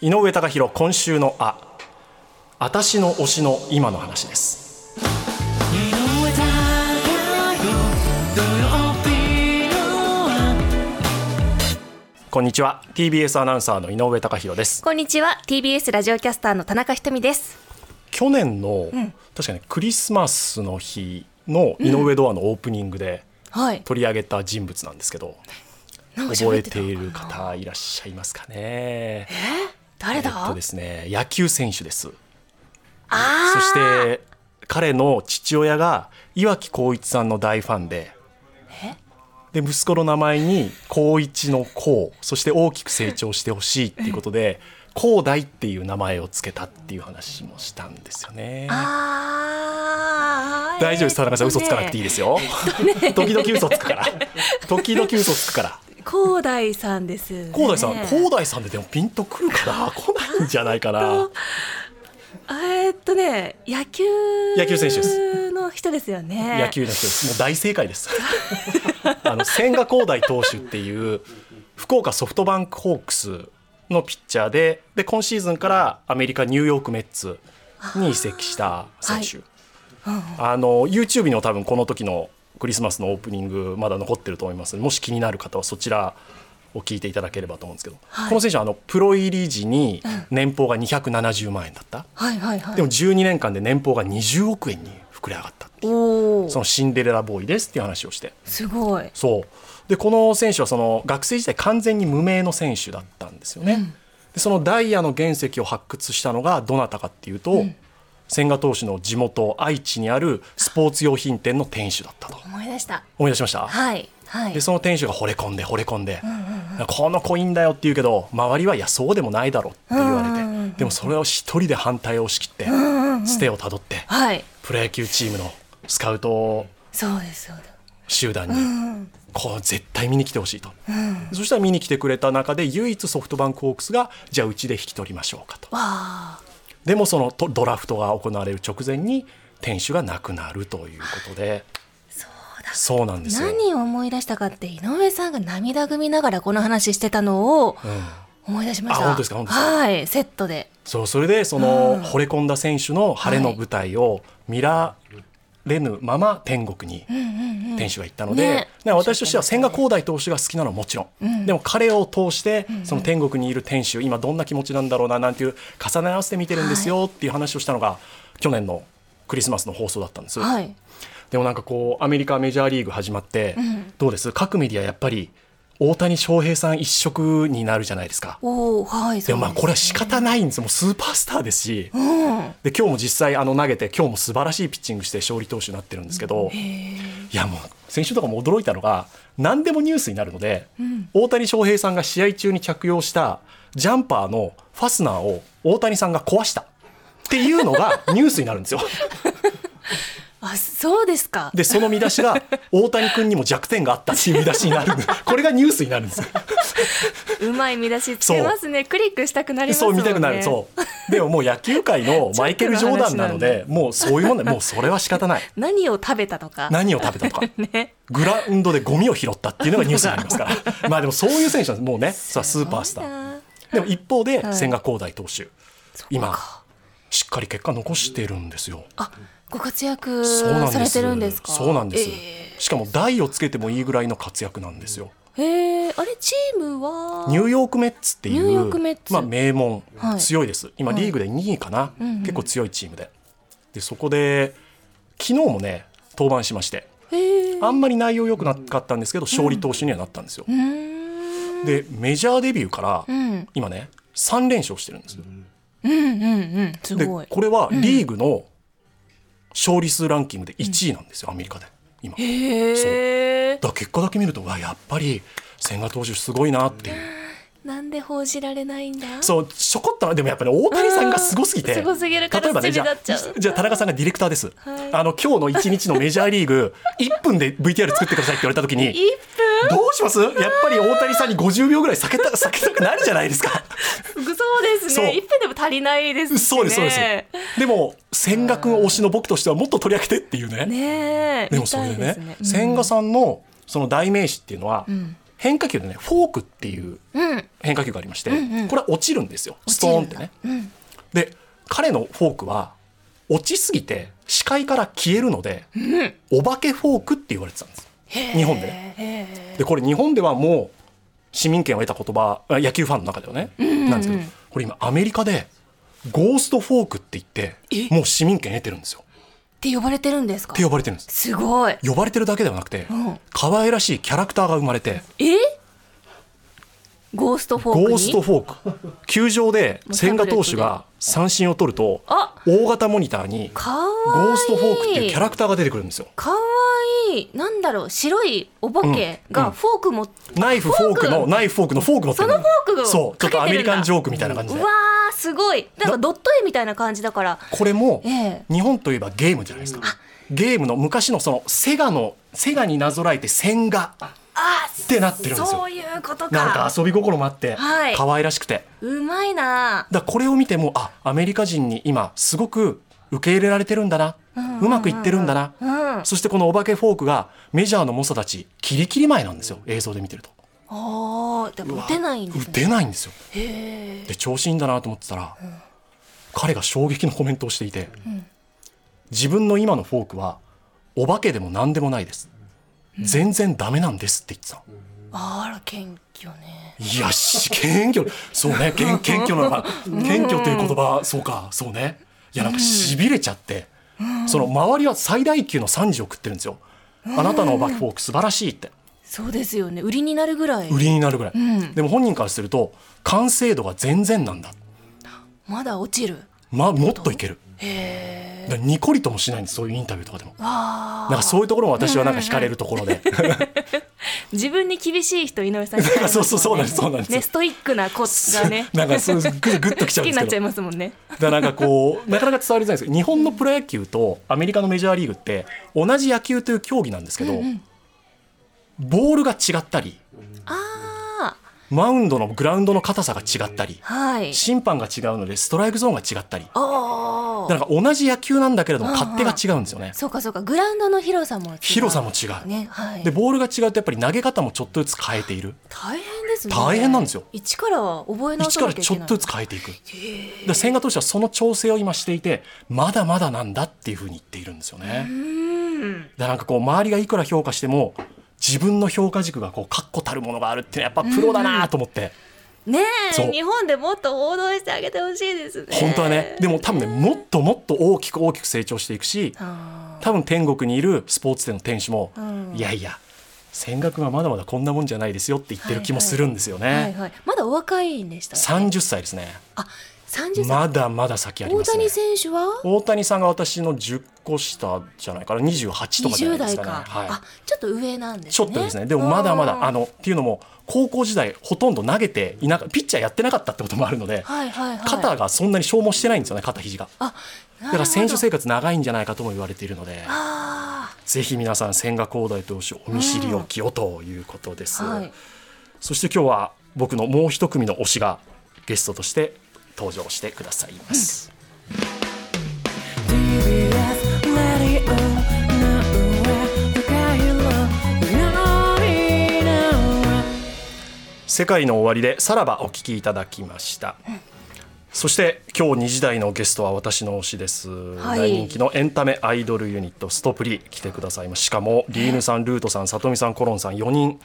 井上貴博今週のあ私の推しの今の話ですこんにちは TBS アナウンサーの井上貴博ですこんにちは TBS ラジオキャスターの田中ひとみです去年の、確かにクリスマスの日の井上ドアのオープニングではい取り上げた人物なんですけど、覚えている方いらっしゃいますかね誰だ、えっとですね野球選手ですあそあして彼の父親が岩城浩一さんの大ファンでで息子の名前に浩一の浩そして大きく成長してほしいっていうことで浩大っていう名前をつけたっていう話もしたんですよね。あー大丈夫です田中さん嘘つかなくていいいですよ。時々嘘つくから時々嘘つく から。広大さんですよね広大さん、広大さんででもピンとくるかな来ないんじゃないかな。えーっとね野球野球選手ですの人ですよね野球の人です。もう大正解です。 あの千賀滉大投手っていう福岡ソフトバンクホークスのピッチャーで、で今シーズンからアメリカニューヨークメッツに移籍した選手。あの YouTube にも多分この時のクリスマスのオープニングまだ残ってると思いますのでもし気になる方はそちらを聞いていただければと思うんですけど、はいこの選手はあのプロ入り時に年俸が270万円だった、はいはいはいでも12年間で年俸が20億円に膨れ上がったおそおのシンデレラボーイですっていう話をしてすごいそうでこの選手はその学生時代完全に無名の選手だったんですよね、でそのダイヤの原石を発掘したのがどなたかっていうと、千賀投手の地元愛知にあるスポーツ用品店の店主だったと思い出した思い出しました、はいはいでその店主が惚れ込んで惚れ込んで、この子いいんだよって言うけど周りはいやそうでもないだろって言われて、うんうんうんうんでもそれを一人で反対を押し切って、捨てをたどってはいプロ野球チームのスカウトそうですそうです集団に、うんこう絶対見に来てほしいと、うんそしたら見に来てくれた中で唯一ソフトバンクホークスがじゃあうちで引き取りましょうかとわあでもそのとドラフトが行われる直前に店主が亡くなるということでそうだそうなんですよ、何を思い出したかって井上さんが涙ぐみながらこの話してたのをうん思い出しました、あ本当ですか本当ですかはいセットでそうそれでその惚れ込んだ選手の晴れの舞台を見られぬまま天国に店主が行ったので、ねね私としては千賀滉大投手が好きなのはもちろん、でも彼を通してその天国にいる店主今どんな気持ちなんだろうななんていう重ね合わせて見てるんですよっていう話をしたのが去年のクリスマスの放送だったんです、はいでもなんかこうアメリカメジャーリーグ始まって、どうです各メディアやっぱり大谷翔平さん一色になるじゃないですか。おおはいでそうもまあこれは仕方ないんですもうスーパースターですし、で今日も実際あの投げて今日も素晴らしいピッチングして勝利投手になってるんですけど、いやもう先週とかも驚いたのが何でもニュースになるので、大谷翔平さんが試合中に着用したジャンパーのファスナーを大谷さんが壊したっていうの がニュースになるんですよ。あそうですかでその見出しが大谷君にも弱点があったっていう見出しになるこれがニュースになるんですようまい見出しつけますねクリックしたくなりますそもうんね見たくなるそうでももう野球 界のマイケル・ジョーダンなのでもうそういうもんだもうそれは仕方ない何を食べたとか何を食べた とかねグラウンドでゴミを拾ったっていうのがニュースになりますから まあでもそういう選手なんですもうねさあスーパースターーでも一方ではい千賀滉大投手、今しっかり結果残してるんですよあご活躍そうなんですされてるんですかそうなんです、えしかも台をつけてもいいぐらいの活躍なんですよーえーあれチームはニューヨークメッツっていニューヨうークメッツまあ、名門、はい強いです今リーグで2位かな、うんうん結構強いチームででそこで昨日もね登板しましてえーあんまり内容良くなかったんですけど勝利投手にはなったんですよ、うーんでメジャーデビューからうん今ね3連勝してるんですようんうんうんすでごいこれはリーグの勝利数ランキングで1位なんですよ、アメリカで今だかへえら結果だけ見るとうわやっぱり千賀投手すごいなっていうなんで報じられないんだそうちょこっとなでもやっぱり大谷さんがすごすぎて、うんすごすぎるから例えばねスじチーゃムあになっちゃうじゃあ田中さんがディレクターです、はいあの今日の一日のメジャーリーグ1分で VTR 作ってくださいって言われた時に一ど分うしますやっぱり大谷さんに50秒ぐらい避け た避けたくなるじゃないですかそうですそうね一分でも足りないですしねそうですそうです、でも千賀君推しの僕としてはもっと取り上げてっていうねねえでもそれでね見たいすうん千賀さんのその代名詞っていうのは、ん変化球でねフォークっていううん。変化球がありまして、うんうんこれは落ちるんですよ落スちトるーンんっだてね。うん。で彼のフォークは落ちすぎて視界から消えるので、お化けフォークって言われてたんです日本でねね。でこれ日本ではもう市民権を得た言葉あ野球ファンの中ではね、なんですけどこれ今アメリカでゴーストフォークって言ってえもう市民権得てるんですよって呼ばれてるんですかって呼ばれてるんですすごい。呼ばれてるだけではなくて、うん可愛らしいキャラクターが生まれてえゴーストフォークゴにーストフォーク球場でもう千賀投手が三振を取るとあ大型モニターにかわいい。ゴーストフォークっていうキャラクターが出てくるんですよかわいい。なんだろう、白いお化けうんうがんフォークも、ナイフフォークフォーのクナイフフォークのフォーク持ってるそのフォークをそうちょっとアメリカンジョークみたいな感じうでわー、すごい。なんかドット絵みたいな感じだから。これもええ日本といえばゲームじゃないですか、ゲームの昔のそのセガのセガになぞらえて千賀あってなってるんですよそういうことか。なんか遊び心もあって、はい可愛らしくてうまいな。だからこれを見てもあアメリカ人に今すごく受け入れられてるんだな、うまくいってるんだな、うん。そしてこのお化けフォークがメジャーの猛者たちキリキリ前なんですよ映像で見てるとああ、でも打てないんです打ね。てないんですよへえ。で調子いいんだなと思ってたら、彼が衝撃のコメントをしていて、自分の今のフォークはお化けでも何でもないです、全然ダメなんですって言ってたのあら、謙虚ね。いやし謙虚そうね謙 謙虚なのかな謙虚という言葉そうかそうねいやなんかしびれちゃって、その周りは最大級の賛辞を食ってるんですよ、あなたのお化けフォーク素晴らしいってそうですよね。売りになるぐらい。売りになるぐらい、んでも本人からすると完成度が全然なんだまだ落ちる。まあもっといけるへえ。だからニコリともしないんですそういうインタビューとかでもわなんかあ。そういうところも私はなんか惹かれるところで、自分に厳しい人、井上さんになりますも そんね。うそうそうなんですそうなんですね、ストイックな子がね 。なんかそうググッときちゃ好うんですきになっけちゃ いどますもんね。だからなんかこうな かなか伝わりづらいんですけど日本のプロ野球とアメリカのメジャーリーグって同じ野球という競技なんですけど、ボールが違ったりあマウンドのグラウンドの硬さが違ったりあ、はい。審判が違うのでストライクゾーンが違ったりあなんあ。か同じ野球なんだけれどもうんうん勝手が違うんですよねそうかそうか。グラウンドの広さも違う。広さも違う、ね、はい。でボールが違うとやっぱり投げ方もちょっとずつ変えている大変ですね。大変なんですよ一からは覚え直一さかならきゃいちょっけないと。ずつ変えていく。で千賀投手はその調整を今していてまだまだなんだっていうふうに言っているんですよね。うん。でなんかこう周りがいくら評価しても自分の評価軸がこう確固たるものがあるっていうのはやっぱプロだなと思って、ねそうえ、日本でもっと報道してあげてほしいですね。本当はねでも多分ねもっともっと大きく大きく成長していくしあ多分天国にいるスポーツ店の店主も、うんいやいや千賀君はまだまだこんなもんじゃないですよって言ってる気もするんですよね。ー。はいはい。まだお若いんでした。 30歳ですねあ、三十歳。まだまだ先あり大ますね谷選手は大谷さんが私の10個下じゃないかな28と二かじゃな十いです代かかね、はあ、ちょっと上なんですい、ちね。ょっとですねでもまだまだあの。のっていうのも高校時代ほとんど投げていなかピッチャーやってなかったってこともあるので、はいはいはい。肩がそんなに消耗してないんですよね肩肘があ、だだから選手生活長いんじゃないかとも言われているのであぜひ皆さん千賀滉大投手お見知りおきをということです、あ、はい。そして今日は僕のもう一組の推しがゲストとして登場してくださいます、 TBS ラディオ世界の終わりでさらばお聞きいただきました、そして今日2時台のゲストは私の推しです、い大人気のエンタメアイドルユニットストプリ来てくださいましたしかもリーヌさんルートさんさとみさんコロンさん4人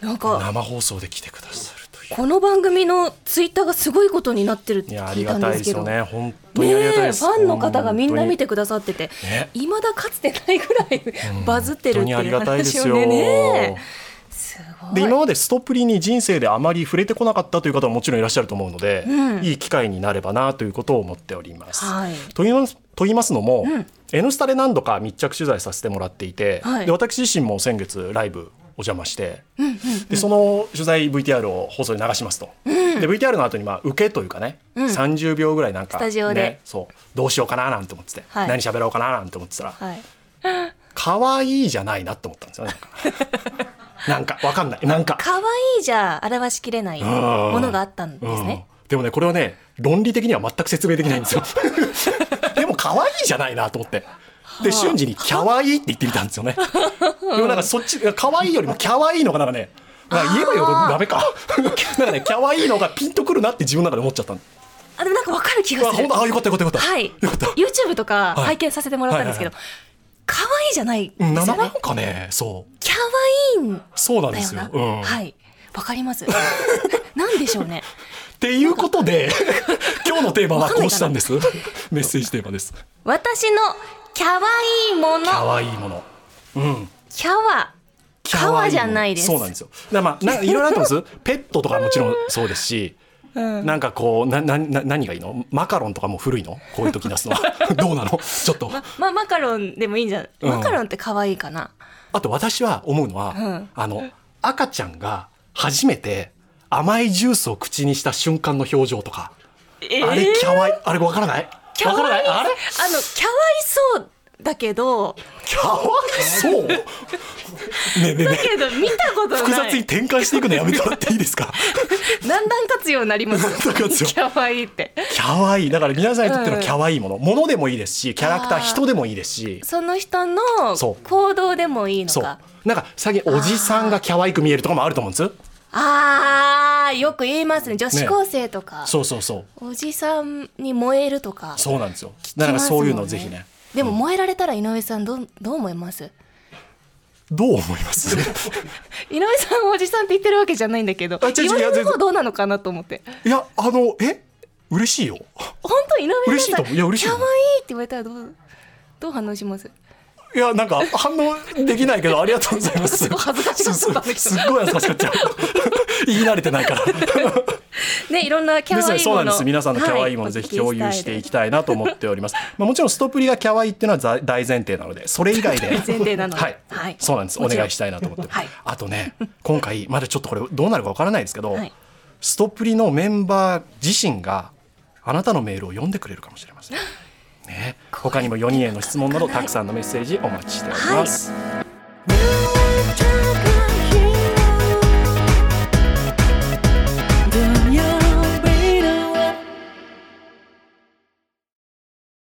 なんか。生放送で来てくださるというこの番組のツイッターがすごいことになってるっていやあ聞りいたがんたでいですけすどよね本当ねにありがたいえです、ファンの方がみんな見てくださっててねいまだかつてないぐらいバズってる本当ってにあいりうがたいです話よをねねえすごでい今までストプリに人生であまり触れてこなかったという方ももちろんいらっしゃると思うので、うんいい機会になればなということを思っております。はいと言いますと言いますのも、うん N スタ」で何度か密着取材させてもらっていて、はいで私自身も先月ライブお邪魔して、でその取材 VTR を放送で流しますと、で VTR の後にまあ受けというかね、うん30秒ぐらいなんか、ね、スタジオでそうどうしようかななんて思ってて、はい何喋ろうかななんて思ってたら、はい可愛いじゃないなって思ったんですよ ね。なんかなんかわかんないなんか可愛いじゃ表しきれないうんものがあったんですねうんでもねこれはね論理的には全く説明できないん ですよでも可愛いじゃないなと思ってで瞬時に「キャワイイ」って言ってみたんですよねでもなんかそっち可愛いよりも「キャワイイ」のがなんかねあ言えばよあーダメかなんかね可愛いのがピンとくるなって自分の中で思っちゃったのあでもなんかわかる気あがすほるんとあよかったよかったよかった、はいよかった YouTube とかはい拝見させてもらったんですけど、可愛いじゃないですうよんななねんかねそう可愛いんそうなんだでよすよな、うんはいわか りますなんでしょうねっていうことで今日のテーマはわかんこなういかなしたんですメッセージテーマです私のキャワいいもの可愛いものうんキャワ可愛いもの皮じゃないですそうなんですよだからまあなんかいろいろあると思うんですペットとかもちろんそうですしなんかこうななな何がいいのマカロンとかも古いのこういう時出すの はどうなのちょっとまあマカロンでもいいんじゃない、うんマカロンって可愛いかなあと私は思うのは、うんあの赤ちゃんが初めて甘いジュースを口にした瞬間の表情とか、えあれ可愛いあれわからないキャわワからないいああれのキャワいそうだけどかわいそうねえねえねだえけど見たことない 複雑に展開していくのやめてもらっていいです か何段活用になります何段活用 キャワイイってキャワイイだから皆さんにとってのうんキャワイイもの、ものでもいいですしキャラクターあー人でもいいですしその人のそう行動でもいいのそかうなんか最近おじさんがキャワイく見えるとかもあると思うんですあーよく言いますね女子高生とか、そうそうそうおじさんに燃えるとかそうなんですよ聞きまだすかもんらそうねいうのをぜひねでも燃えられたら井上さんどうどう思いますどう思います 井上さんはおじさんって言ってるわけじゃないんだけどあ違う違う井上いやの全方然どうなのかなと思っていやあのえ嬉しいよ本当井上嬉しいさとん思ういや嬉しいかとわい思ういって言われたらどうどう反応しますいやなんか反応できないけどありがとうございますすごい恥ずかしかったんだけどすすっごい恥ずかしかっちゃう 言い慣れてないからねいろんなキャですワねイイそうもなんでのす皆さんの可愛いものはおぜ聞きひ共有していきたたいなと思っております、まあ、もちろんストップリが可愛いっていうのはざ大前提なのでそれ以外で前提なのではい、はいそうなんですおもちろん願いしたいなと思って、はいあとね今回まだちょっとこれどうなるかわからないですけど、はいストップリのメンバー自身があなたのメールを読んでくれるかもしれませんね他にも4人への質問などたくさんのメッセージお待ちしております、 「